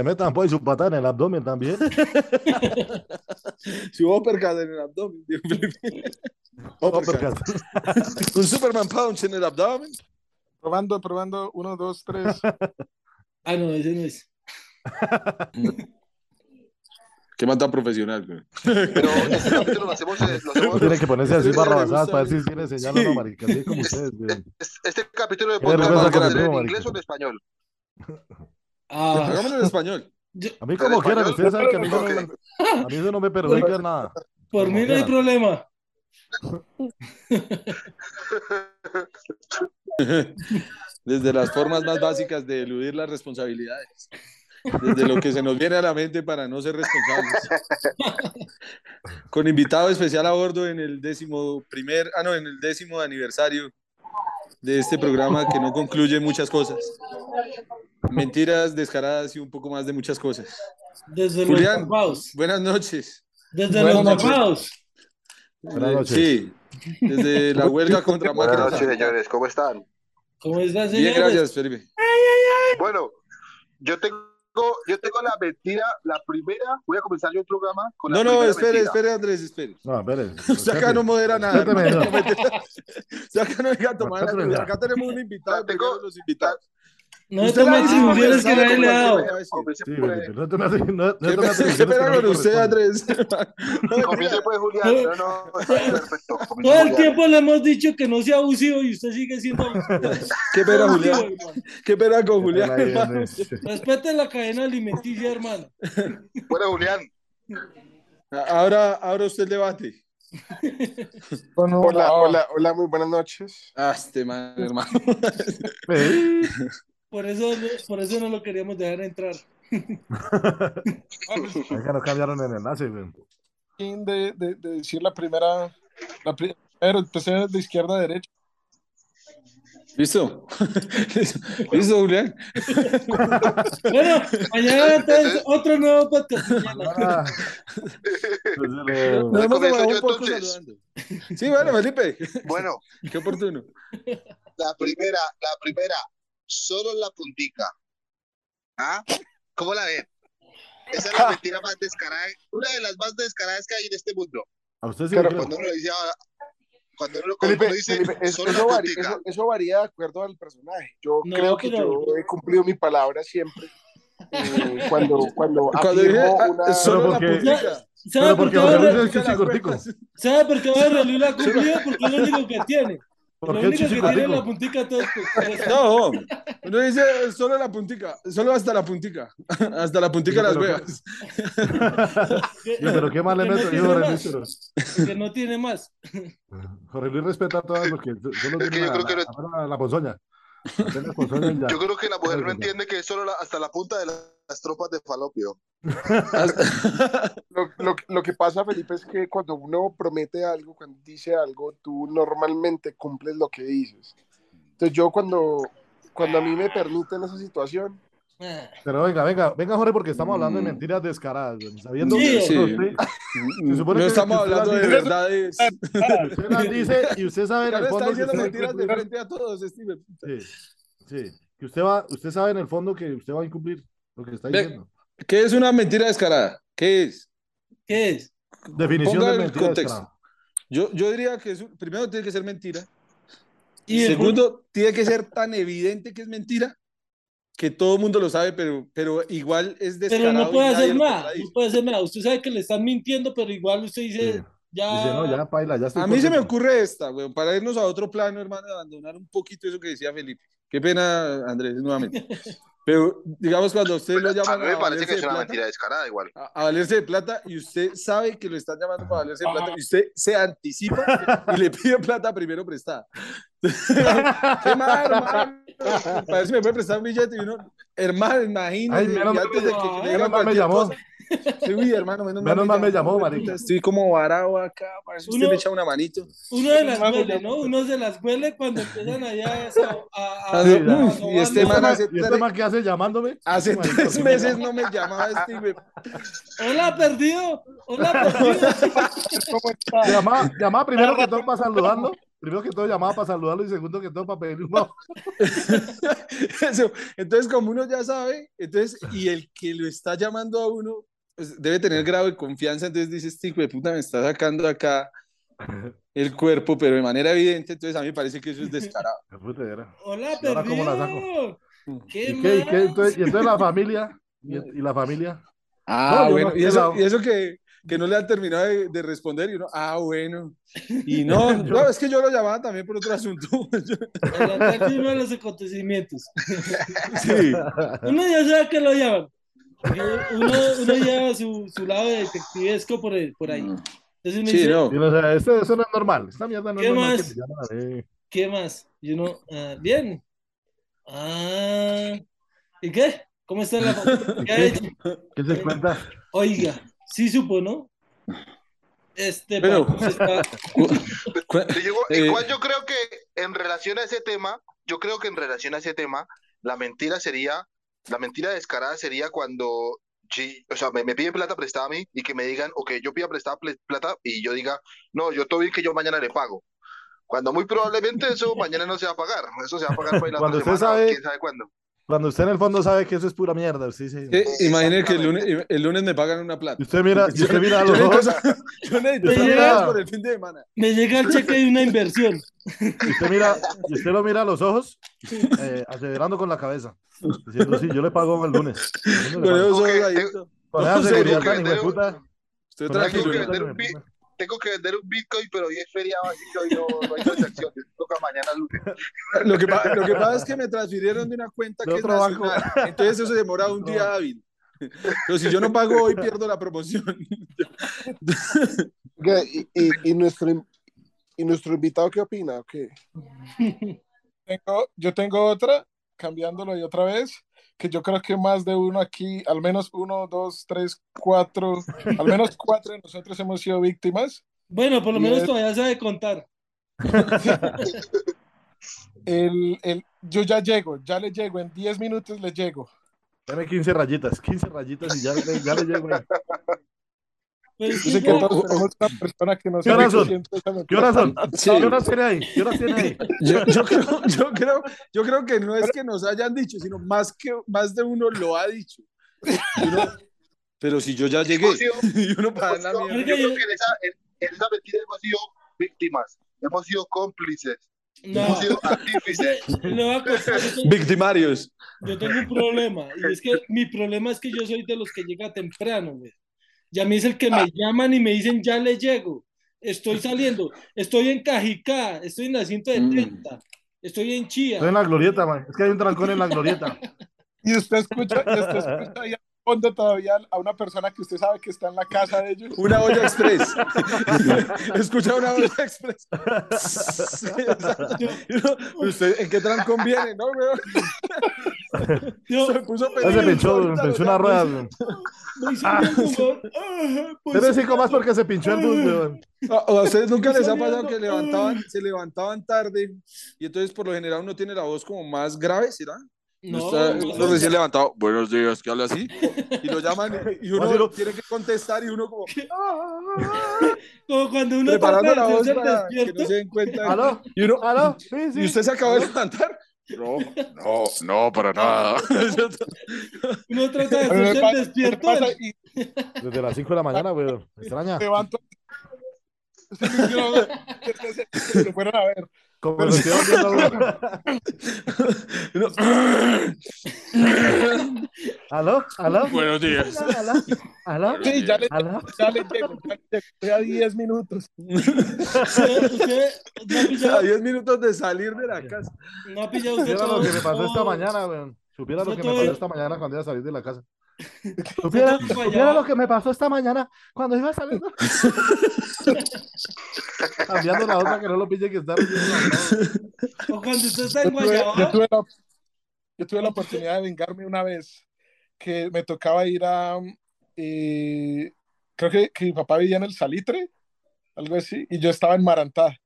Se metan pues su patada en el abdomen también. Su uppercut en el abdomen. tío. Uppercut. Un Superman Punch en el abdomen. Probando, probando. Uno, dos, tres. Ah, no, ese no es. Qué más tan profesional, güey. Pero este capítulo lo hacemos, eh, lo hacemos- Tiene que ponerse así Sí, para me gusta, para ver si tiene señal o no, Sí. marica. Así como ustedes, güey. es- este capítulo de Tiene podcast razón vamos a con el hacer en primo, inglés marica. o en español. Ah, Hagámoslo en español. yo- A mí Pero como español, quieran, ustedes saben que a mí, ok. no, me- a mí eso no me perjudica en nada. por mí no hay Como quieran. problema. Desde las formas más básicas de eludir las responsabilidades. Desde lo que se nos viene a la mente para no ser responsables. Con invitado especial a bordo en el décimo primer, ah no, en el décimo aniversario de este programa que no concluye muchas cosas. Mentiras descaradas y un poco más de muchas cosas. Desde Julián. los tapados. Buenas noches. Desde Buenas los noches. tapados. Buenas Eh, noches. Sí, desde la huelga contra Buenas máquinas. noches, señores. ¿Cómo están? ¿Cómo están, Bien, señores? gracias, Felipe. Bueno, yo tengo, yo tengo la mentira, la primera. Voy a comenzar yo el programa con la No, no, primera espere, mentira. espere, Andrés, espere. No, espere. Usted acá no modera nada. Respéteme, hermano. señor. Usted acá no venga a tomar. Respéteme, señor. Acá tenemos un invitado. Ah, tengo- primero los invitados. No me Usted la tomen hizo singulares que conversar nadie con le ha dado. cualquiera. Comience Sí, por- Felipe, no te me hace- no- no ¿Qué te me hace pena- qué que no pena me con usted, corresponde. Andrés? Comience pues, Julián. No, no, perfecto. Comience, Todo el Julián. tiempo le hemos dicho que no sea abusivo y usted sigue siendo abusivo. Qué pena, Julián. Abusivo, hermano. Qué pena con Julián. Ahí hermano. viene. Sí. Respete la cadena alimenticia, hermano. Bueno, Julián, Ahora, ahora usted el debate. Bueno, Hola, hola, hola, muy buenas noches. Ah, este man, hermano. Por eso, no- por eso no lo queríamos dejar entrar. Es que nos cambiaron el enlace, güey. fin de, de- de decir la primera. La pri- pero empecé de izquierda a derecha. ¿Listo? ¿Listo, Julián? Bueno, mañana entonces, otro nuevo podcast. mañana. Ah. Entonces, lo- Nos hemos comienzo demorado yo, un poco entonces. saludando. Sí, bueno, Felipe. bueno, Qué oportuno. la primera, la primera, solo la puntica. ¿Ah? ¿Cómo la ven? Esa es la mentira más descarada, una de las más descaradas que hay en este mundo. A usted sí Pero le creo. Cuando uno lo dice ahora, cuando uno, cuando Felipe, uno dice Felipe, es- solo eso, la varía, puntica. eso- eso varía de acuerdo al personaje. Yo No, creo que pero- yo he cumplido mi palabra siempre. eh, cuando, cuando Cuando dije, afirmo ah, una... solo Pero la porque- puntica. ¿Sabe Pero por porque qué Jorge ahora- Luis es chichi cortico. ¿Sabe por qué ahora Luis la ha cumplido? Porque es lo único que tiene. Lo ¿Por qué único el que chichi tiene es la cortico? puntica todo. No, uno dice solo la puntica, solo hasta la puntica, hasta la puntica de Las Vegas. Yo, pero qué más le Que no meto yo, tiene Jorge más. Luis. pero- Que no tiene más. Jorge Luis respeta a todas porque solo Es que tiene yo la, creo que la, la, la ponzoña. Apenas ponzoña y ya. Yo creo que la mujer Claro no que sí. entiende que es solo la- hasta la punta de la- las tropas de falopio. Lo, lo- lo que pasa, Felipe, es que cuando uno promete algo, cuando dice algo, tú normalmente cumples lo que dices. Entonces yo cuando, cuando a mí me permiten esa situación, Ah, Pero venga, venga, venga, Jorge, porque estamos hablando de Mm. mentiras descaradas. güey. Sabiendo Sí, que sí. usted- Se supone No que- estamos que usted hablando las de dice- verdades. usted las dice y usted sabe en Ya el le está fondo que diciendo usted- mentiras de frente a todos, Steve. Sí, sí. Que usted va, usted sabe en el fondo que usted va a incumplir lo que está Ve- diciendo. ¿Qué es una mentira descarada? ¿Qué es? ¿Qué es? Definición Ponga de el mentira contexto. descarada. Yo, yo diría que es, un- primero tiene que ser mentira. Y el- Segundo, tiene que ser tan evidente que es mentira que todo el mundo lo sabe, pero, pero igual es Pero descarado. no y puede nadie hacer lo nada. contradice. No puede hacer nada. Usted sabe que le están mintiendo, pero igual usted Sí. dice, Dice, ya. no, ya, paila, ya estoy A mí se me contento. ocurre esta, weón, para irnos a otro plano, hermano, abandonar un poquito eso que decía Felipe. Qué pena, Andrés, nuevamente. Pero digamos cuando usted lo A llaman mí me a parece valerse, que es de una plata, mentira descarada igual. a, a valerse de plata y usted sabe que lo están llamando para valerse de plata y usted se anticipa y le pide plata primero prestada. ¿Qué mal, hermano? Para ver si me puede prestar un billete y uno, hermano, imagínate. Ay, menos y mal- antes de que le digan menos mal me cualquier llamó. cosa, sí, uy, hermano, menos, Menos mal me llamó, hijo de marica. puta, Estoy como varado acá, para si usted Uno- me echa una manito. Uno de las Hermano, huele, ya- ¿no? Uno se las huele cuando empiezan allá a- a. a- Ah, sí, a- ya. a- Uf, y este ¿Y este man man- hace ¿Y este tres- man qué hace llamándome? Este Hace Marica, tres qué meses no me llamaba este güey. Hola, perdido. Hola, perdido. ¿cómo está? Llamá, llamá primero que todo para saludarlo Primero que todo llamaba para saludarlo y segundo que todo para pedirle un favor. Eso. Entonces, como uno ya sabe, entonces, y el que lo está llamando a uno, pues, debe tener grado de confianza, entonces dice, este hijo de puta me está sacando acá el cuerpo, pero de manera evidente, entonces a mí me parece que eso es descarado. Qué putadera. Hola, ¿Y ahora cómo la perdido. ¿Qué ¿Y qué? ¿Y qué? más? Entonces, y entonces la familia. ¿Y, y la familia? No, Ah, yo bueno, no, y yo eso, la- y eso que, que no le han terminado de, de responder, y uno, ah, bueno, y no, Yo- no, es que yo lo llamaba también por otro asunto. Yo- Adelantar primero los acontecimientos. sí, Uno ya sabe que lo llaman. Porque Uno, uno lleva su, su lado de detectivesco por, el- por ahí. Entonces uno Mm. sí, dice, no. Y, o sea, este- eso no es normal. Esta mierda no es ¿Qué normal. más? que me llaman a mí. ¿qué más? Y uno, ah, bien. Ah, ¿y qué? ¿Cómo está la familia? ¿Qué ha hecho? ¿Qué Eh. se cuenta? Oiga, sí supo, ¿no? Este Pero- país está- Cu- cu- Yo digo, Eh, igual yo creo que en relación a ese tema, yo creo que en relación a ese tema, la mentira sería, la mentira descarada sería cuando, sí, o sea, me, me piden plata prestada a mí y que me digan, ok, yo pida prestada ple- plata y yo diga, no, yo todo bien que yo mañana le pago. Cuando muy probablemente eso mañana no se va a pagar, eso se va a pagar para la Cuando otra usted semana, sabe- quién sabe cuándo. Cuando usted en el fondo sabe que eso es pura mierda. Sí, sí. eh, imagine que el lunes, el lunes me pagan una plata. Y usted mira, y usted mira a Yo los necesito ojos, esa- yo necesito Pero esa ya- plata por el fin de semana. Me llega el cheque de una inversión. y usted mira, y usted lo mira a los ojos, eh, aseverando con la cabeza. Diciendo, sí, yo le pago el lunes. El lunes Con le pago. esos ojos Ok, ahí, te- estoy Con esa no, seguridad tengo que tan vender un- hijueputa, estoy con esa tranquilo. seguridad tan vender un pi- hijueputa. Tengo que vender un Bitcoin, pero hoy es feria básica y no, no hay transacciones. Toca mañana lunes. Lo que, pa- lo que pasa es que me transfirieron de una cuenta De que es otro banco. nacional, entonces eso se demora un día hábil. Pero si yo no pago hoy, pierdo la promoción. Oiga, y, y- y nuestro, in- ¿Y nuestro invitado qué opina? ¿O qué? Tengo- yo tengo otra, cambiándolo y otra vez, que yo creo que más de uno aquí, al menos uno, dos, tres, cuatro, al menos cuatro de nosotros hemos sido víctimas. Bueno, por lo Y menos es- todavía sabe contar. El, el, yo ya llego, ya le llego, en 10 minutos le llego. Dame 15 rayitas, 15 rayitas y ya, le- ya le llego. ahí. Pero es Yo que sé que ya- todos tenemos una persona que nos ¿Qué horas son? ¿Qué horas son? Sí. ¿Qué horas tiene ahí? ¿Qué horas tiene ahí? Yo, yo creo, yo, creo, yo creo que no es que nos hayan dicho, sino más, que, más de uno lo ha dicho. Y uno, pero si yo ya llegué, Hemos sido- y uno para Ah, la Pues Yo mierda. Marica, creo yo- que en esa, en- en esa mentira hemos sido víctimas, hemos sido cómplices, No, hemos sido artífices. le voy a contar, yo tengo- Victimarios. Yo tengo un problema, y es que mi problema es que yo soy de los que llega temprano, güey. Y a mí es el Ah. que me llaman y me dicen, ya le llego, estoy saliendo, estoy en Cajicá, estoy en la Mm. 170, estoy en Chía. Estoy en la glorieta, man. Es que hay un trancón en la glorieta. Pues Y usted escucha, y usted escucha ahí al fondo todavía a una persona que usted sabe que está en la casa de ellos. Una olla express. Escucha una olla express. Y uno, ¿Usted en qué tran conviene? No, weón? Yo Se puso Ya se peligroso, pinchó, ahorita pinchó una lo llamo. rueda. weón. voy subiendo, weón. Ah, voy Tiene pues, cinco subiendo. más porque se pinchó el bus, weón. ¿A a ustedes nunca les ha pasado Saliendo. que levantaban, se levantaban tarde y entonces por lo general uno tiene la voz como más grave, ¿será? No, Está- no, uno recién levantado, buenos días, que habla así, y lo llaman y uno Así lo- tiene que contestar y uno como como cuando uno preparando la trata de voz ser para que no despierto. se den cuenta. ¿Aló? Y uno, ¿Aló? Sí, sí. ¿y usted se acaba de levantar? No, no, no, para nada. Uno trata de A mí me hacerse el pasa- despierto. me pasa y Desde las 5 de la mañana, weón. Extraña. levanto. Se fueron a ver. Como lo estoy viendo, weón. Y uno, ¿Aló? ¿Aló? Buenos días. ¿Aló? ¿Aló? Sí, ya le, ¿Aló? ya le llego, ya le llego, estoy a 10 minutos. Usted, usted no ha a pillado, 10 minutos de salir de la casa. no ha pillado usted Supiera lo todo- que me pasó esta todo- mañana, weón. Supiera lo Yo que me todo- pasó esta mañana cuando iba a salir de la casa. Supiera, todo fallado. supiera lo que me pasó esta mañana cuando iba a salir. Cambiando la otra que no lo pille que está recién O cuando usted está Yo en tuve, Guayabá. yo tuve la, yo tuve la oportunidad de vengarme una vez que me tocaba ir a. mm, eh, creo que, que mi papá vivía en el Salitre, algo así, y yo estaba en Marantá.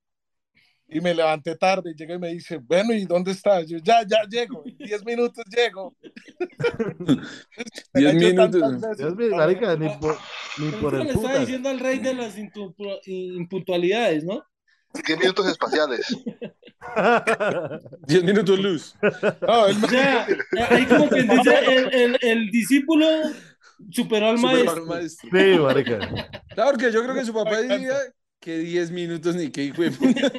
Y me levanté tarde y llega y me dice, bueno, ¿y dónde estás? Yo, ya, ya llego, en 10 minutos llego. 10 Me la he hecho minutos. tantas veces. Dios mío, marica, ni por, ni Pero por eso el le estaba puta. diciendo al rey de las impu- impuntualidades, ¿no? 10 minutos espaciales. 10 minutos luz. No, él O sea, ahí como quien dice, el, el- el discípulo superó al Superman maestro. maestro. Sí, marica. Claro, porque yo creo que su papá diría que 10 minutos ni que hijo de puta.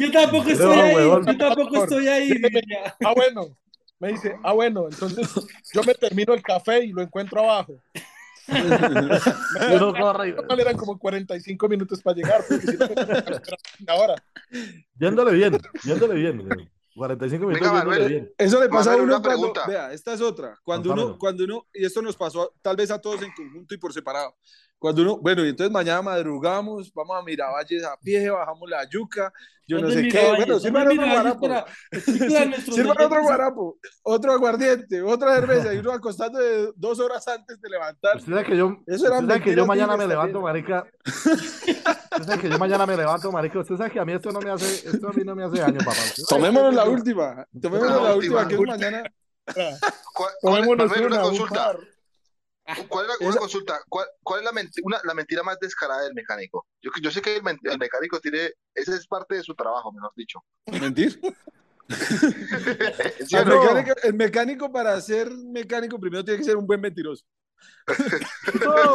Yo tampoco No, estoy ahí, huevón. yo tampoco estoy ahí. diría. ah, bueno. Me dice, ah, bueno, entonces yo me termino el café y lo encuentro abajo. Uno corre. Total, eran como 45 minutos para llegar, porque si no, me tocaba esperar una hora. Yéndole bien, yéndole bien. güey. 45 minutos Venga, yéndole Manuel. bien. Eso le pasa a Manuel, uno una cuando, pregunta. vea, esta es otra. Cuando uno, Contámelo. cuando uno, y esto nos pasó a- tal vez a todos en conjunto y por separado. Cuando uno, bueno, y entonces mañana madrugamos, vamos a Miravalles a pie, bajamos la yuca, yo no ¿Dónde sé mira qué. Valles? Bueno, sirvan ¿Dónde otro mira Valles guarapo. para explicarle a nuestros Sirvan otro oyentes? guarapo, otro aguardiente, otra cerveza y uno acostando de dos horas antes de levantarse. Usted sabe que yo, Eso era usted sabe que mentira, yo mañana tío, me esa levanto, mierda. marica. Usted sabe que yo mañana me levanto, marica. Usted sabe que a mí esto no me hace, esto a mí no me hace daño, papá. Usted sabe. Tomémonos la última, tomémonos La la última, última. que es mañana. ¿Cuál, cuál- Tomémonos Manuel, una, una, un consulta. par. ¿Cuál es la, una Esa- consulta? ¿Cuál, cuál es la, menti- una- la mentira más descarada del mecánico? Yo, yo sé que el, men- el mecánico tiene. Esa es parte de su trabajo, mejor dicho. Mentir. ¿Sí o El no? mecánico, el mecánico para ser mecánico primero tiene que ser un buen mentiroso. Eso,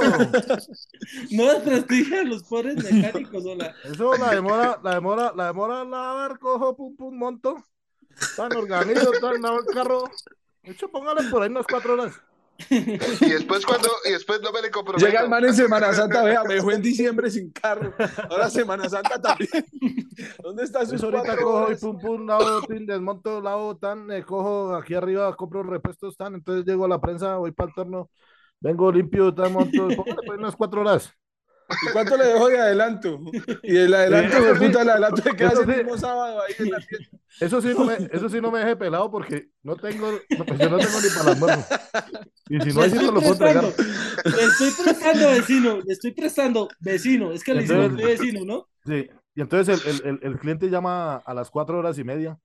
No desprestigia a los pobres mecánicos, hola. eso la demora, la demora, la demora lavar, cojo, pum, pum, monto. Tan organizado, tan lavado el carro. De hecho, póngale por ahí unas cuatro horas. Y después, cuando. Y después no me le comprometo. Llega el man en Semana Santa, vea, me dejó en diciembre sin carro. Ahora Semana Santa también. ¿Dónde están sus Eso ahorita cuatro cojo y horas? pum pum lavo, tin, desmonto, lavo, tan, eh, cojo aquí arriba, compro repuestos, tan, entonces llego a la prensa, voy para el torno, vengo limpio, tan, monto, póngale por ahí unas cuatro horas. ¿Y cuánto le dejo de adelanto? Y el adelanto, Sí, de eso sí. puta, el adelanto de queda Eso el sí. mismo sábado ahí en la tienda. Eso sí no me, eso sí no me deje pelado porque no tengo, no, pues yo no tengo ni para las manos. Y si no Le hay sitio estoy lo puedo prestando, entregar. le estoy prestando vecino, le estoy prestando vecino, es que le hicimos Entonces- vecino, ¿no? Sí. Y entonces el, el- el- el cliente llama a las cuatro horas y media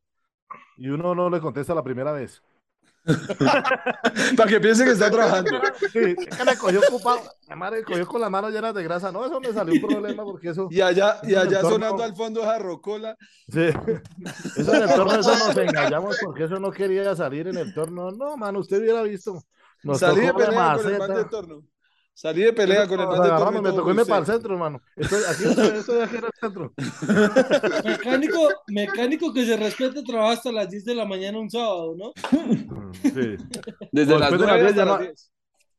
y uno no le contesta la primera vez. Para que piense que está trabajando. Sí, es que le cogió ocupado, la madre cogió con las manos llenas de grasa. No, eso me salió un problema porque eso. Y allá, y allá Entorno. sonando al fondo esa rocola. Sí. Eso en el torno, eso nos engañamos porque eso no quería salir en el torno. No, mano, usted hubiera visto. Nos Salí de tocó de pelea con el man maceta. de torno. Salí de pelea con el Nos man de agarramos, torno. y me todo tocó irme usted. para el centro, hermano. Estoy aquí, estoy, estoy aquí en el centro. Mecánico, mecánico que se respete trabaja hasta las 10 de la mañana un sábado, ¿no? Sí. Desde las Después de las 9 diez hasta ya las no-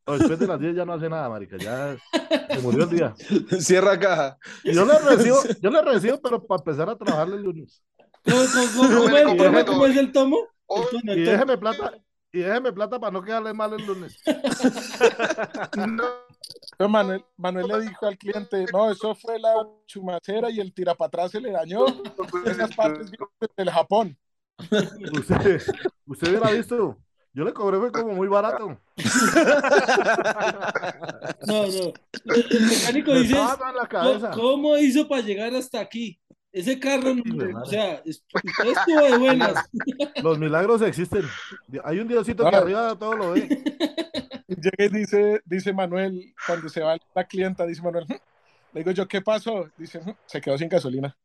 O Después de las 10 ya no hace nada, marica. Ya se murió el día. 10. Cierra caja. Y yo le recibo, yo le recibo, pero para empezar a trabajar el lunes. ¿Cómo, cómo- cómo- cómo es, cómo- cómo es el tomo? El Hoy- tono, Y el tono. déjeme plata, y déjeme plata para no quedarle mal el lunes. No, Entonces, Manuel, Manuel le dijo al cliente, no, eso fue la chumacera y el tira para atrás se le dañó. pues, Esas partes vienen del Japón. Usted, usted hubiera visto. Yo le cobré fue como muy barato. No, no. El mecánico Me dice, estaba dando en la "¿Cómo- cabeza. ¿cómo hizo para llegar hasta aquí? Ese carro, no- Hijo de o madre. sea, es- usted estuvo de buenas. Los milagros existen. Hay un diosito que Claro. arriba todo lo ve. Y llega y dice, dice Manuel, cuando se va la clienta, dice Manuel, "Hm". le digo yo, ¿qué pasó? Dice, "Hm, se quedó sin gasolina.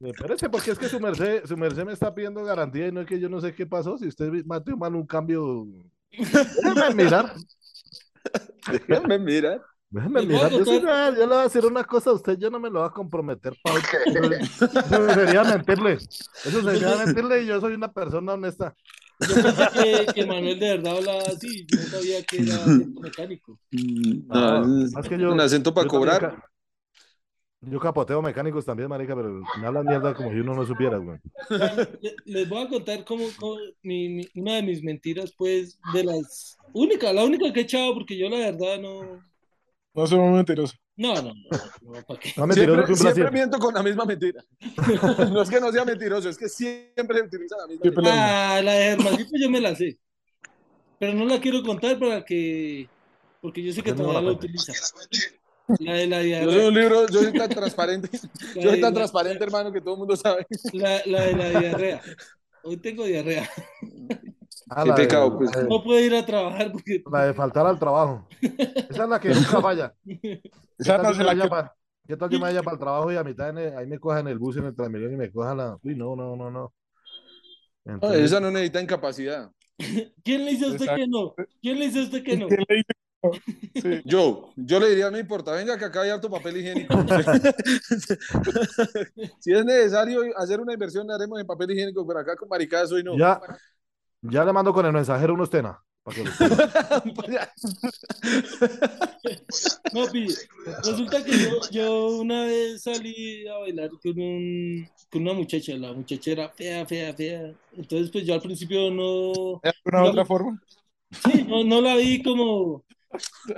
Espérese, porque es que su merced, su merced me está pidiendo garantía y no es que yo no sé qué pasó. Si usted mate mal un cambio. Déjeme mirar. Déjame mirar. Déjeme Y mirar. luego Yo, sí, tú- no, yo le voy a decir una cosa a usted. Yo no me lo voy a comprometer. pa' hoy. ¿Qué? Eso sería mentirle. Eso sería mentirle y yo soy una persona honesta. Yo pensé que, que Manuel de verdad hablaba así, yo no sabía que era mecánico. Ah, Mm, No, es- más que yo- un acento para Yo también cobrar. ca- Yo capoteo mecánicos también, marica, pero me hablan mierda como si uno no supiera, güey. Le- Les voy a contar cómo, cómo mi- mi- una de mis mentiras, pues, de las única, la única que he echado, porque yo la verdad no. No soy muy mentiroso. No, no, no, no, ¿para qué? No, mentiroso, Siempre, que un siempre placer. miento con la misma mentira. No es que no sea mentiroso, es que siempre utiliza la misma Siempre mentira. Ah, la de Hermanito yo me la sé. Pero no la quiero contar para que. Porque yo sé que Yo no todavía la la cuento. utiliza. La de la Yo soy diarrea. un libro, yo soy tan transparente, La yo soy de- tan la- transparente, hermano, que todo el mundo sabe. la- la de la diarrea. Hoy tengo diarrea. Ah, Qué la de- pecado, pues. la de- No puedo ir a trabajar porque. La de faltar al trabajo. Esa es la que nunca falla. Esa Esta no sí se me la llama. ¿Qué tal que me vaya para el trabajo y a mitad en el- ahí me cojan el bus en el Transmilenio y me cojan la. Uy, no, no, no, no. No, Entonces, esa no necesita incapacidad. ¿Quién le dice a usted que no? ¿Quién le dice a usted que no? ¿Quién le dice? Yo, yo le diría, no importa, venga que acá hay harto papel higiénico. si es necesario hacer una inversión, la haremos en papel higiénico, pero acá con maricadas hoy no. ya, ya le mando con el mensajero unos tenas. para que los- No, pille. Resulta que yo, yo una vez salí a bailar con, un, con una muchacha, la muchacha era fea, fea, fea. Entonces, pues yo al principio no, ¿De alguna No. otra forma? sí, no, no la vi como,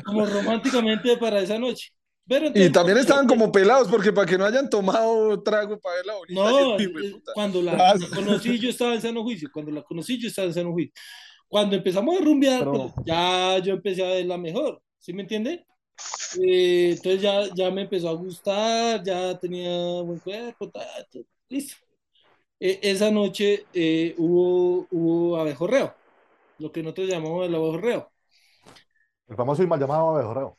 como románticamente para esa noche. Pero Y entonces- también estaban como pelados, porque para que no hayan tomado trago para verla bonita. No, y- hijo de eh, puta. cuando la, Ah, la conocí yo estaba en sano juicio, cuando la conocí yo estaba en sano juicio. Cuando empezamos a rumbear, Pero- pues, ya yo empecé a verla mejor, ¿sí me entiende? Eh, entonces ya, ya me empezó a gustar, ya tenía buen cuerpo, ta, ta, listo. Eh, esa noche eh, hubo, hubo abejorreo, lo que nosotros llamamos el abejorreo. El famoso y mal llamado abejorreo.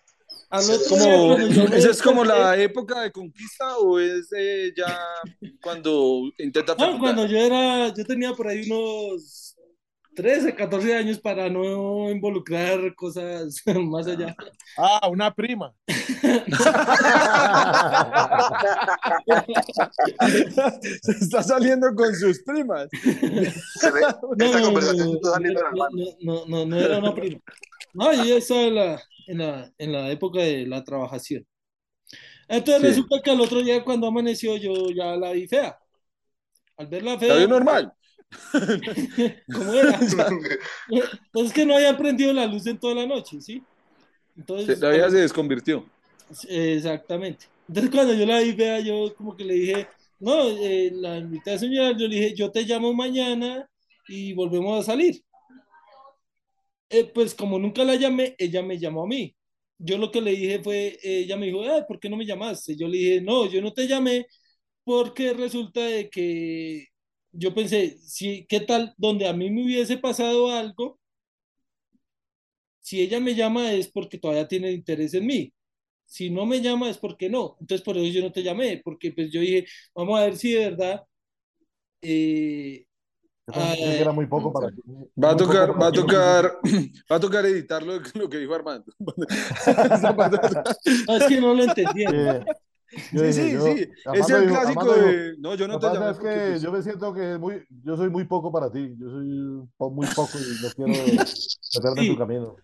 Al Es otro día, como, cuando yo me ¿Esa es como desperté- la época de conquista o es eh, ya cuando intenta No, fecundar? cuando yo era, yo tenía por ahí unos 13, 14 años para no involucrar cosas más allá. Ah, una prima. Se está saliendo con sus primas. Se ve- No, Esta no, conversación no, está saliendo de las no, manos. no, no, no era una prima. No, yo ya estaba en la, en la, en la época de la trabajación. Entonces Sí. resulta que al otro día cuando amaneció yo ya la vi fea. Al verla ¿Está fea, bien normal? ¿cómo era? Entonces que no habían prendido la luz en toda la noche, ¿sí? Entonces, La vida se desconvirtió. Exactamente. Entonces cuando yo la vi, vea, yo como que le dije, no, eh, la invité a señalar, yo le dije, yo te llamo mañana y volvemos a salir. Eh, pues como nunca la llamé, ella me llamó a mí. Yo lo que le dije fue, eh, ella me dijo, ay, ¿por qué no me llamaste? Yo le dije, no, yo no te llamé porque resulta de que yo pensé, si, ¿qué tal donde a mí me hubiese pasado algo? Si ella me llama es porque todavía tiene interés en mí. Si no me llama es porque no. Entonces por eso yo no te llamé, porque pues yo dije, vamos a ver si de verdad... eh, Yo pensé que era muy poco para Ah, eh, Va a muy poco tocar, para va a ti. tocar, va a tocar editar lo, lo que dijo Armando. no, es que no lo entendí. Eh, yo Sí, dije, sí, yo- sí. Armando Es el dijo- clásico Armando dijo, de. No, yo no Lo te que llamé. pasa es porque, que pues, yo me siento que es muy, yo soy muy poco para ti, yo soy po- muy poco y no quiero meterme en Sí. tu camino.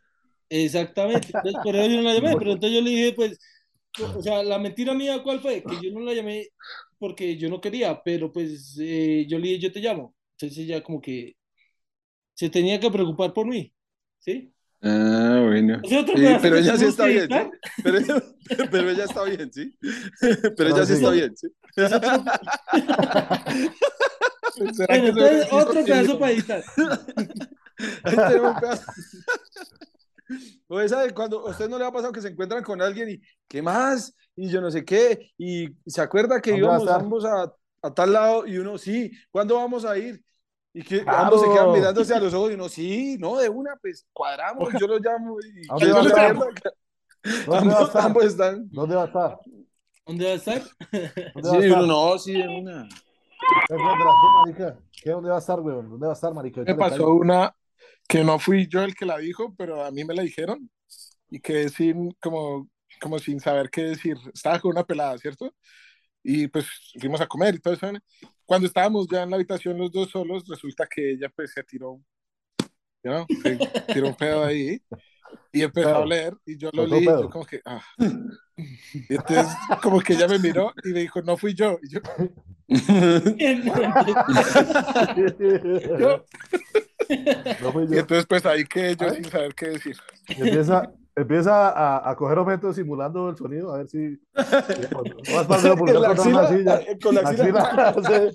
Exactamente. Entonces, por eso yo no la llamé, pero entonces yo le dije, pues, o sea, la mentira mía, ¿cuál fue? Que yo no la llamé porque yo no quería, pero pues eh, yo le dije, yo te llamo. Entonces ella como que se tenía que preocupar por mí, ¿sí? Ah, bueno. Ese otro Sí, pedazo pero que ella sí tuvimos está que bien, editar. ¿sí? Pero, pero ella está bien, ¿sí? Pero Ahora ella sí. sí está bien, ¿sí? ¿Será Bueno, que se- entonces otro pedazo para editar. Ahí tenemos un pedazo. O esa de cuando a usted no le ha pasado que se encuentran con alguien y ¿qué más? Y yo no sé qué. Y se acuerda que ¿Dónde va a íbamos estar? ambos a, a tal lado y uno, sí, ¿cuándo vamos a ir? Y que Claro. ambos se quedan mirándose a los ojos y uno, sí, no, de una, pues cuadramos, yo lo llamo. Y ¿A dónde que va a no estar? pierda, que ¿Dónde va a ambos, estar? ambos están. ¿Dónde va a estar? ¿Dónde va a estar? ¿Dónde va a Sí, estar? uno, no, sí, de una. ¿Qué encuentras, qué, marica? ¿Qué, dónde va a estar, weón? ¿Dónde va a estar, marica? Me Ahorita le pasó caigo. una que no fui yo el que la dijo, pero a mí me la dijeron y quedé sin, como, como sin saber qué decir. Estaba con una pelada, ¿cierto? Y pues fuimos a comer y todo eso. ¿no? Cuando estábamos ya en la habitación los dos solos, resulta que ella pues se tiró, you know, se tiró un pedo ahí y empezó Pedo. a oler y yo lo Otro leí y pedo. yo como que, ah. Y entonces como que ella me miró y me dijo, no fui yo. Y yo, yo No fui Y yo. entonces, pues ahí que yo Ay. sin saber qué decir. Empieza, empieza a, a coger objetos simulando el sonido, a ver si. Vas para el pulgar Con la contra una axila, silla. eh, con la axila. Axila,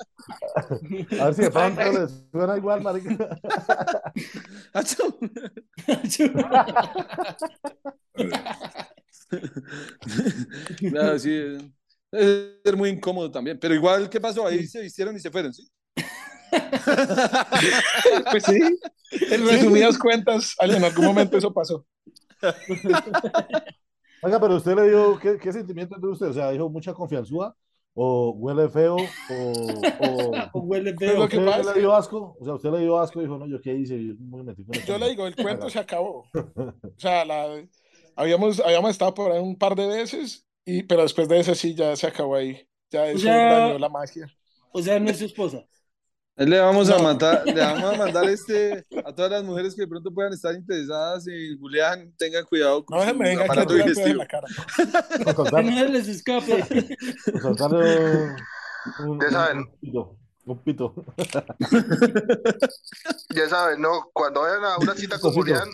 sí. A ver si de pronto le suena igual, marica. Achú. Claro, sí. eh, Debe ser muy incómodo también. Pero igual, ¿qué pasó? Ahí se vistieron y se fueron, ¿sí? Pues sí, en resumidas cuentas, al- en algún momento eso pasó. Oiga, pero usted le dio, ¿qué, qué sentimiento tuvo usted? O sea, dijo mucha confianzúa, o huele feo, o. o... O huele Pero feo. lo que ¿Usted pasa- le dio asco? O sea, usted le dio asco y dijo, no, yo qué hice, yo me metí con el Yo le digo, el cuento Claro. se acabó. O sea, la, habíamos, habíamos estado por ahí un par de veces, y, pero después de ese sí ya se acabó ahí. Ya eso Ya. dañó la magia. O sea, no es su esposa. Ahí Le vamos a No. matar, le vamos a mandar este a todas las mujeres que de pronto puedan estar interesadas en Julián, tengan cuidado con No se su me venga aquí a aparato tirar cosas en digestivo. la cara. Para Que soltar, no se les escape. para soltar un, un- Ya saben. un pito. Un pito. Ya saben, no, cuando vayan a una cita con Cosito. Julián,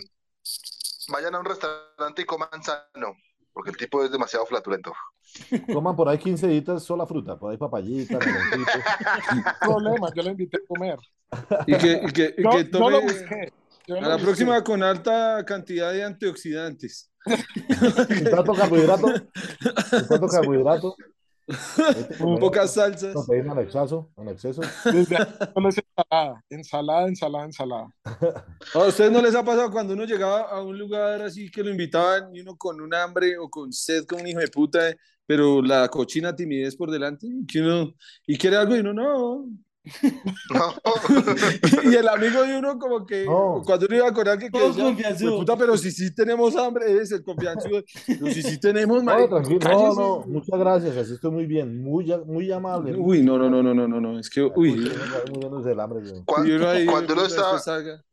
vayan a un restaurante y coman sano, porque el tipo es demasiado flatulento. Coman por ahí 15 ditas sola fruta, por ahí papayita, meloncito. problema, yo la invité a comer. Y que, y que, y Yo, que yo tome lo busqué. yo a lo la busqué. próxima con alta cantidad de antioxidantes. Tanto carbohidrato, tanto carbohidrato. Con pocas salsas. Proteína en exceso, en exceso. Desde ahí solo es ensalada, ensalada, ensalada, ensalada. ¿A ustedes no les ha pasado cuando uno llegaba a un lugar así que lo invitaban y uno con un hambre o con sed, con un hijo de puta, eh, pero la cochina timidez por delante, que uno, y quiere algo y uno no. No. y el amigo de uno como que, No. cuando uno iba a acordar que, que Todos decía, confianzudos. "Hue puta, pero si sí tenemos hambre, eres el confianzudo. Pero si sí tenemos, No, marica, tranquilo, no, cállese". no, muchas gracias, así estoy muy bien, muy, a- muy amable. Uy, no, no, no, no, no, no, no, es que, uy. Uy, estoy muriéndose del hambre, güey. Cuan- y uno ahí, cuando uno puta, está- después salga.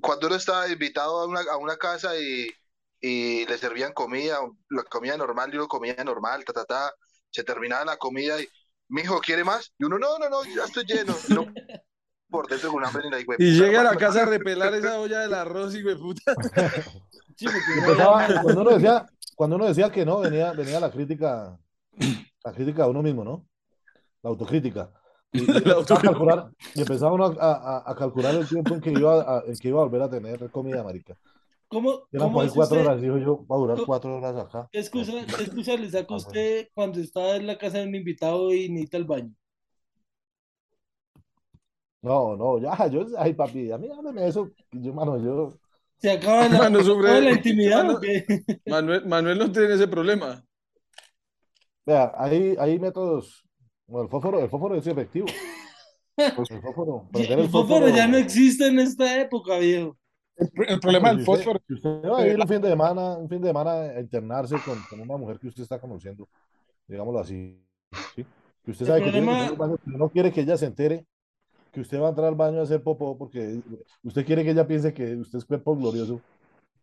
cuando uno estaba invitado a una, a una casa y, y le servían comida, la comida normal, y uno comía normal, ta, ta, ta, se terminaba la comida y, mijo, ¿quiere más? Y uno, no, no, no, ya estoy lleno. Y uno, por dentro con hambre ni la Y llega a la casa a repelar esa olla del arroz y puta. Sí, porque no Empezaba- pues, ah, había- cuando, uno decía, cuando uno decía que no, venía, venía la crítica, la crítica a uno mismo, ¿no? La autocrítica. Y, y empezaba, a calcular, y empezaba uno a, a- a calcular el tiempo en que, iba a, en que iba a volver a tener comida, marica. ¿Cómo, Eran cómo por ahí es cuatro usted? horas, dijo yo, va a durar ¿Cómo- cuatro horas acá. ¿Qué excusa, qué excusa le saca Ah, usted cuando está en la casa de un invitado y necesita el baño? No, no, ya, yo, ay papi, a mí hábleme de eso, yo, mano, yo, ¿Se acaba la, Mano, sobre- toda la intimidad mano- o qué? Manuel, Manuel no tiene ese problema. vea, hay, hay métodos, bueno, el fósforo, el fósforo es efectivo. El fósforo, prender El fósforo ya no existe en esta época, viejo. El, el problema Si del usted- fósforo. eh, si usted va a ir un fin de semana, un fin de semana a internarse con, con una mujer que usted está conociendo, digámoslo así, ¿sí? que usted El sabe que tiene que problema- entrar al baño, pero no quiere que ella se entere que usted va a entrar al baño a hacer popó porque usted quiere que ella piense que usted es cuerpo glorioso,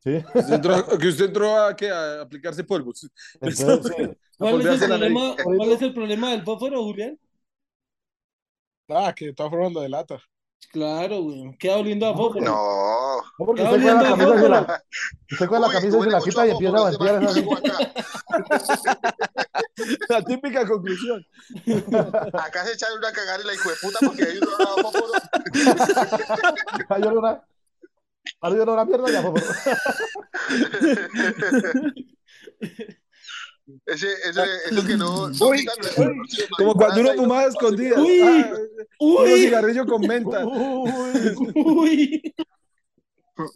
¿sí? Usted entró- que usted entró a, ¿qué? a aplicarse polvos. Entonces, sí, ¿Cuál es, volverse el la nariz. problema, cuál es el problema del fósforo, Julián? Ah, que de todas formas lo delata. Claro, güey. Queda oliendo a fósforo. No. no porque Ya usted coge la oliendo a camisa y se la, fósforo. usted coge Pues la Uy, camisa y se huele la mucho quita y a empieza a fósforo, ventear ese esas- man- acá, La típica conclusión. acá se echaron una cagada en la hijo de puta porque hay un olor a fósforo. hay olor a- hay olor a mierda y a fósforo. Ese, ese, eso que no. no Uy, pican, uy, Como cuando uno fumaba escondida. Uy. Ah, unos ¡Uy! cigarrillos con menta. Uy, ¡Uy!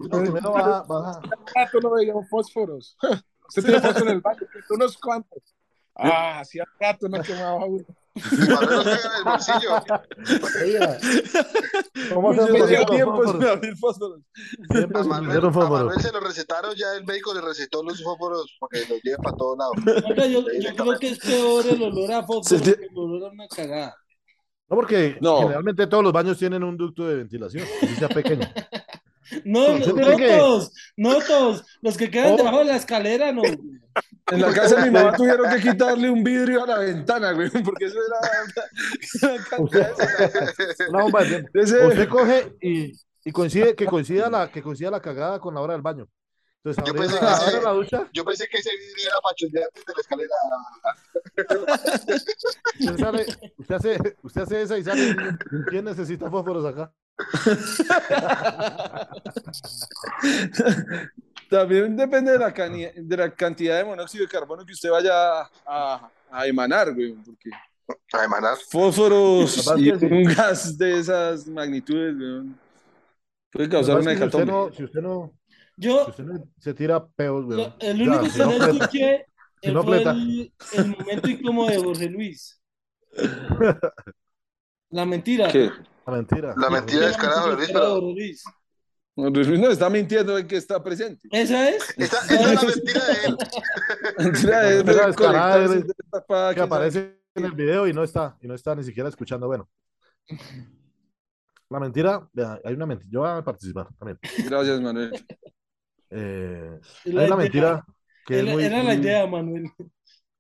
lo primero baja, baja. rato no veíamos fósforos. Usted tiene fósforo en el baño, pues, unos cuantos. Ah, hacía rato no quemaba uno. Cuando nos pegan en el bolsillo. Oiga, ¿Cómo se Yo me tenía dieron tiempo sin fósforos? abrir fósforos. Siempre A se me Manuel, dieron a fósforos. Manuel se lo recetaron, ya el médico le recetó los fósforos porque los lleva para todos lados. Oiga, yo, yo creo que es peor el olor a fósforo que el olor a una cagada. No, porque No. generalmente todos los baños tienen un ducto de ventilación, así sea pequeño. No, no, Yo no creo que- todos, no todos. Los que quedan Oh. debajo de la escalera, no. güey. En la casa de mi mamá tuvieron que quitarle un vidrio a la ventana, güey, porque eso era una cantidad Usted, una bomba de tiempo. de Usted ese- coge y, y coincide, que, coincida la, que coincida la cagada con la hora del baño. Entonces, Yo abre pensé la, que sí. abre la ducha, Yo pensé que ese vidrio era para chullear desde la escalera. usted, sale, usted, hace, usted hace esa y sale. ¿Quién necesita fósforos acá? También depende de la, cani- de la cantidad de monóxido de carbono que usted vaya a, a emanar, güey, porque A emanar. fósforos Capaz y que sí. un gas de esas magnitudes, weón, puede causar Lo que una pasa es que si usted hecatombe. no, si usted no, Si Yo, usted no- se tira peos, weón. lo- el Ya, único si que no, no preta. escuché eh, si no fue aprieta. el, el momento incómodo de Jorge Luis. La mentira. ¿Qué? La mentira. La mentira La descarada, Jorge Luis, pero- Jorge Luis. No, Luis Luis no está mintiendo en que está presente. Esa es. Esa, esa es la mentira de él. Mentira, es mentira de descarada, conectarse, es- de tapar, que quién sabe aparece en el video y no está, y no está ni siquiera escuchando. Bueno. La mentira, vea, hay una mentira. Yo voy a participar también. qué. Gracias, Manuel. Eh, la hay idea. una mentira que es Era- muy- Mm, era la idea, Manuel. Entonces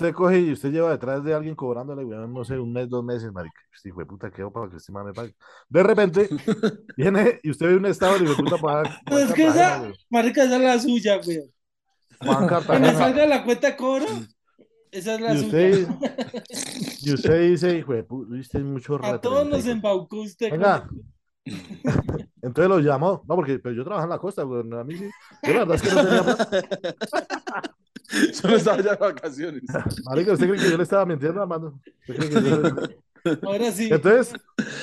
usted coge y usted lleva detrás de alguien cobrándole, weón, no sé, un mes, dos meses, marica. Este hijo de puta quedó para que este man me pague. De repente, viene y usted ve un estado y hijo de puta para. Pero es que esa- Marica, esa es la suya, güey. Juan Cuando Cartagena. salga la cuenta cobro, esa es la Y suya. usted, y usted dice, hijo de puta, viste mucho A rato. todos nos embaucó usted. con Venga. Entonces lo llamó. No, porque pero yo trabajo en la costa, weón. A mí sí. Yo la verdad es que no tenía plata. Solo estaba ya de vacaciones. Marica, ¿usted cree que yo le estaba mintiendo, Armando? ¿Usted cree que yo- el- Ahora sí. Entonces,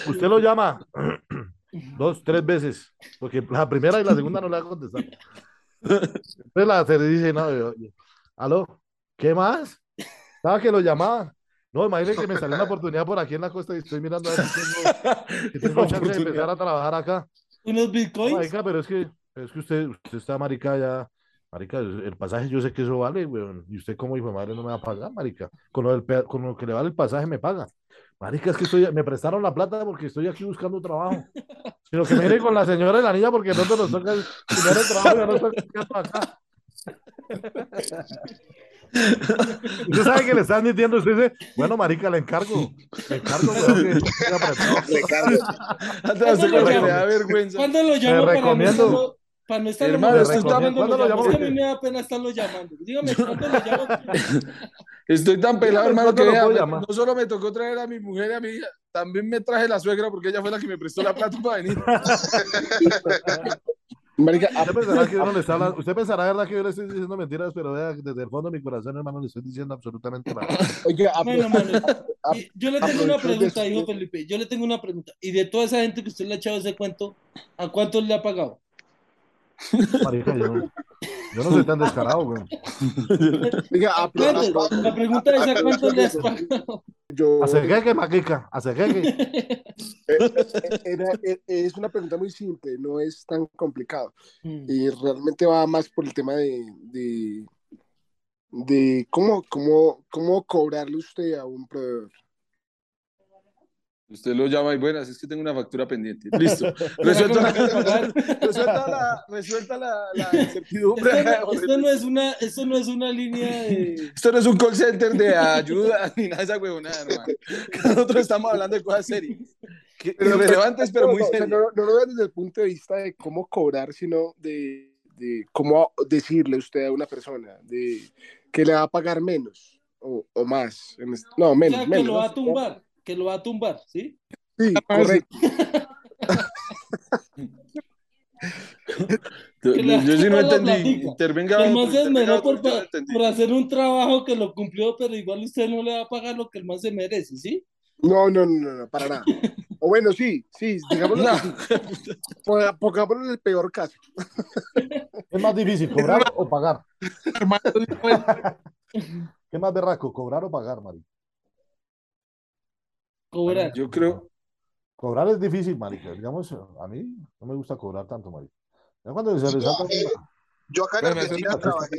usted lo llama dos, tres veces, porque la primera y la segunda no le va a contestar. Entonces la tercera dice, no, yo- yo, aló, ¿qué más? Estaba que lo llamaba. No, imagínese que me salió una oportunidad por aquí en la costa y estoy mirando a ver si tengo, si tengo Una chance de oportunidad. empezar a trabajar acá. Unos bitcoins. Marica, pero es que, es que usted, usted está marica ya. Marica, el pasaje yo sé que eso vale, weón. Y usted como hijo de madre no me va a pagar, marica. Con lo, del pe- con lo que le vale el pasaje me paga. Marica, es que estoy, me prestaron la plata porque estoy aquí buscando trabajo. Sino que me iré con la señora de la niña porque pronto nos toca el primero el trabajo y ya nos toca quedarnos acá. Usted sabe que le están mintiendo, usted dice, bueno, marica, le encargo. Le encargo, weón, que estoy apretado. Hasta usted como que le da vergüenza. ¿Cuándo lo llamo para no recomiendo. estarlo- para no estarlo Hermano, molestando? estoy tan- ¿Cuándo lo llamo? Es que a porque- mí me da pena estarlo llamando. Dígame, ¿cuándo lo llamo? Estoy tan pelado, hermano, que ¿Cuándo lo vea, puedo me- llamar? no solo me tocó traer a mi mujer y a mi hija, también me traje la suegra porque ella fue la que me prestó la plata para venir. Marica, a- Usted pensará que uno le está hablando- usted pensará, verdad, que yo le estoy diciendo mentiras, pero vea, desde el fondo de mi corazón, hermano, le estoy diciendo absolutamente la verdad. oiga, a- Bueno, Manuel, y yo le tengo una aprovechó de- pregunta, hijo Felipe. Yo le tengo una pregunta. Y de toda esa gente que usted le ha echado ese cuento, ¿a cuántos le ha pagado? Marica, yo, no- yo no soy tan descarado, güey. oiga, ¿A a- cuántos? La pregunta es: ¿a cuántos le has pagado? yo- Acerqueque, marica, acerqueque. era- e- es una pregunta muy simple, no es tan complicado. Y realmente va más por el tema de, de, de cómo, cómo, cómo cobrarle usted a un proveedor. Usted lo llama y buenas, es que tengo una factura pendiente. Listo. Resuelta ¿Será que me la, van a pagar? resuelta la, resuelta la, la incertidumbre. Esto no, esto no es una, esto no es una línea de. Esto no es un call center de ayuda ni nada de esa huevonada, hermano. Nosotros estamos hablando de cosas serias. Que- Irrelevantes, pero No, muy no, o sea, serias. no, no lo vean desde el punto de vista de cómo cobrar, sino de, de cómo decirle usted a una persona de que le va a pagar menos o, o más. en este- no, O menos. sea, que menos, lo ¿no? va a tumbar, que lo va a tumbar, ¿sí? Sí, Ah, correcto. Yo, Que la- yo sí no la entendí. platica. Intervenga Que el man otro, se intervenga esmeró otro, por, yo no pa- entendí. por hacer un trabajo que lo cumplió, pero igual usted no le va a pagar lo que el man se merece, ¿sí? No, no, no, no, no, para nada. O bueno, sí, sí, digámoslo. No. que sí. Ponga- Pongámoslo en el peor caso. Es más difícil, cobrar o pagar. ¿Qué más berraco, cobrar o pagar, marica? Cobrar. Yo creo, Cobrar es difícil, marica. Digamos, a mí no me gusta cobrar tanto, marica. Ya cuando se resalta... Yo acá en Bueno, Argentina eso- trabajé,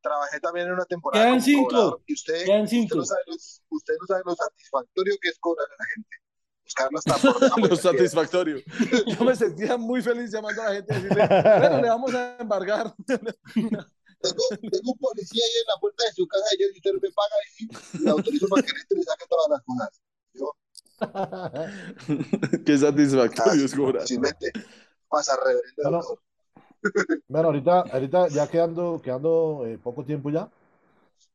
trabajé también en una temporada. Quedan como cinco. cobrador, Y usted, Quedan usted, cinco. no sabe, lo- usted no sabe lo satisfactorio que es cobrar a la gente. Buscarlo hasta por la lo puerta. satisfactorio. Yo me sentía muy feliz llamando a la gente y decirle, bueno, le vamos a embargar. Tengo, tengo un policía ahí en la puerta de su casa y yo, y usted me paga y le autorizo para que le entre y le saque todas las cosas. Qué satisfactorio es cobrar. Simplemente pasa reverendo. Bueno, bueno, ahorita, ahorita ya quedando, quedando eh, poco tiempo ya,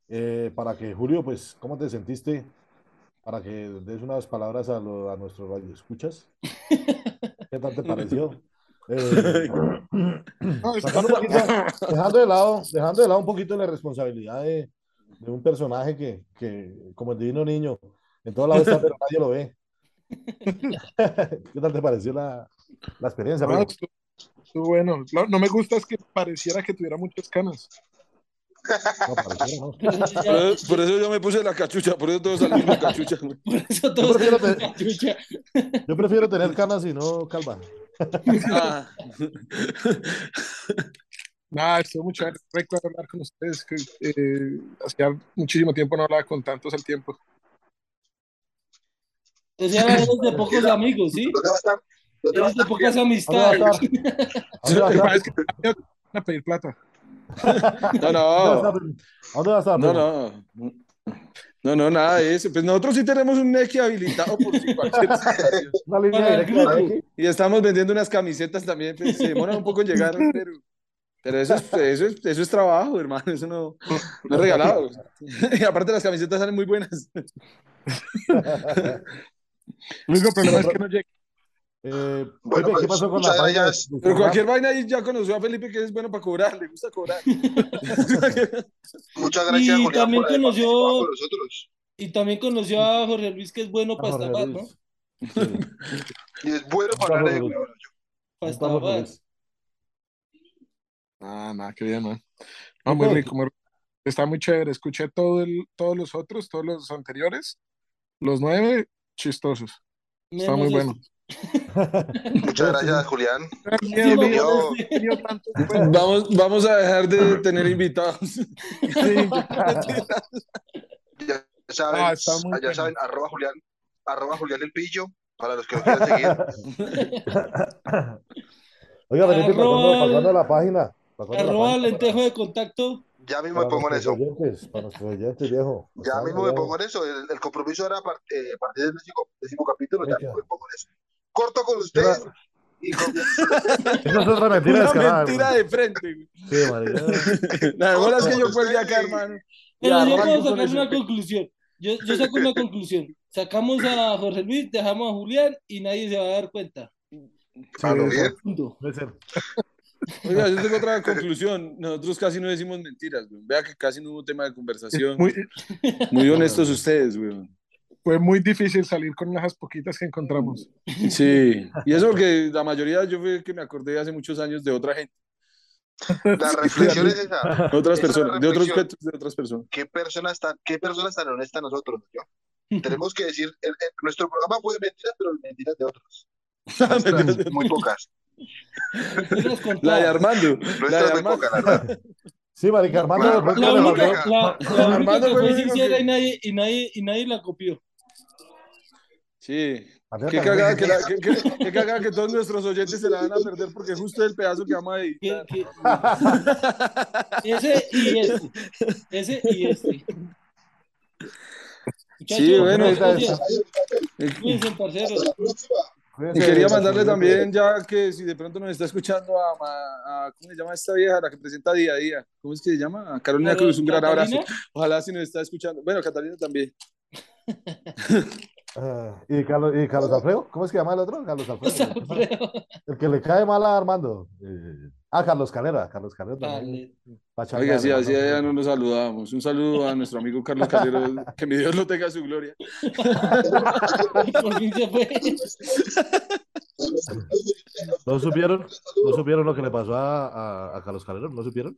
eh, para que Julio, pues, ¿cómo te sentiste? Para que des unas palabras a, lo- a nuestros radioescuchas. ¿Qué tal te pareció? Eh, sacando un poquito- dejando, de lado, dejando de lado un poquito la responsabilidad de, de un personaje que, que, como el divino niño, en toda la está, pero nadie lo ve. ¿Qué tal te pareció la, la experiencia? No, Pedro? estuvo, Bueno, no, no me gusta es que pareciera que tuviera muchas canas. No, pareciera, no. Por eso Por ya- eso, por eso yo me puse la cachucha, por eso todos salimos con cachucha. güey. por eso todos Yo prefiero tenemos tener- cachucha. Yo prefiero tener canas y no calva. Ah. Nada, estoy mucho rico de hablar con ustedes. Que, eh, hacía muchísimo tiempo no hablaba con tantos al tiempo. O sea, eres de pocos amigos, ¿sí? No te va a estar- no te va a Eres de estar pocas ¿Dónde va a amistades. estar? ¿Dónde va a Lo que estar? pasa es que me van a pedir plata. No, ¿Dónde va a no. estar? ¿Dónde va a estar? No, no. No, no, nada de eso. Pues nosotros sí tenemos un Neki habilitado por si cualquier situación. Una línea Para el directa Eh, para grupo. Neki. Y estamos vendiendo unas camisetas también. pues, se demoran un poco en llegar, pero, pero eso, es, eso, es, eso es trabajo, hermano. Eso no, no es regalado. Y aparte las camisetas salen muy buenas. El único problema es que no llegué. Eh, Bueno, Pepe, ¿qué pues, pasó con la muchas página? gracias. de- de Pero Instagram? cualquier vaina ahí ya conoció a Felipe que es bueno para cobrar, le gusta cobrar. Muchas gracias, Y Julián, también por haber conoció- participado con nosotros. Y también conoció a Jorge Luis, que es bueno Ah, para Jorge estafar, ¿no? Luis. Sí. Y es bueno Muchas para hablar de gracias. huevones. Para Está Jorge estafar. Luis. Ah, nada, qué bien, man. No, muy rico. muy rico. Está muy chévere. Escuché todo el, todos los otros, todos los anteriores. Los nueve, chistosos. Está muy Menos bueno. este. Muchas gracias, Julián. Miedo, Bienvenido. miedo, miedo, tantos juegos. Vamos, vamos a dejar de tener invitados. Sí, Ya saben, Ah, está muy allá bueno. saben, arroba Julián, arroba Julián el Pillo, para los que lo quieran seguir. Oiga, Felipe, pasando, Arroba- pasando a la página. pasando a la Arroba página lentejo de contacto. Ya mismo para- me pongo en para eso. nuestros oyentes, para nuestros oyentes, viejo. Ya mismo me pongo en eso. El, el compromiso era a par- eh, a partir del décimo, décimo capítulo, ya Oiga. mismo me pongo en eso. Corto con ustedes y con- Eso es otra mentira Una descarada. mentira hermano. de frente. güey. Sí, marica. La verdad es que yo cuelgué acá, hermano. Y Pero yo arranco puedo con sacar eso. una conclusión. Yo, yo saco una conclusión. Sacamos a Jorge Luis, dejamos a Julián y nadie se va a dar cuenta. Sí, A lo debe ser, bien. Punto. debe ser. Oiga, yo tengo otra conclusión. Nosotros casi no decimos mentiras, güey. Vea que casi no hubo tema de conversación. Muy, muy- honestos ustedes, güey. fue muy difícil salir con esas poquitas que encontramos. Sí. Y eso porque la mayoría yo fue que me acordé hace muchos años de otra gente, La reflexión es esa. de otras Esa es la personas, de otros reflexión. cuentos de otras personas. ¿Qué personas tan, qué personas tan honestas nosotros? yo? Tenemos que decir, el- el- nuestro programa fue mentiras, pero mentiras de otros. Nuestras, muy pocas. Mentiras contadas. La de Armando. La de Nuestras muy Armando. pocas, la verdad. Sí, marica, Armando Claro, después que La le única, mandó- Venga. la, la única Armando que fue fue el único sincera que- y nadie, y nadie, y nadie la copió. Sí. Marica, Qué también cagada dice- que, la- qué- qué- qué cagada que todos nuestros oyentes se la van a perder porque justo el pedazo que vamos a Que- editar. que- ese y este. Ese y este. Muchachos, Sí, bueno, gracias. Y Cuídense, parceros. Cuídense, quería nuestros mandarle oyentes. también, ya que si de pronto nos está escuchando a, Ma- a- ¿cómo se llama esta vieja? La que presenta día a día. ¿Cómo es que se llama? A Carolina Cruz, un gran abrazo. Catalina, Ojalá si nos está escuchando. Bueno, Catalina también. Ah, ¿Y Carlos, y Carlos Alfredo? ¿Cómo es que llama el otro? Carlos Alfredo. José el que- Alfredo. El que le cae mal a Armando. Eh, ah, Carlos Calera. Carlos Calera también. Vale. va a chambear, Oiga, sí, le así mandamos ya no nos saludábamos. Un saludo a nuestro amigo Carlos Calero. Que mi Dios lo tenga en su gloria. Por fin se fue. ¿No supieron? ¿No supieron lo que le pasó a, a- a Carlos Calero? ¿No supieron?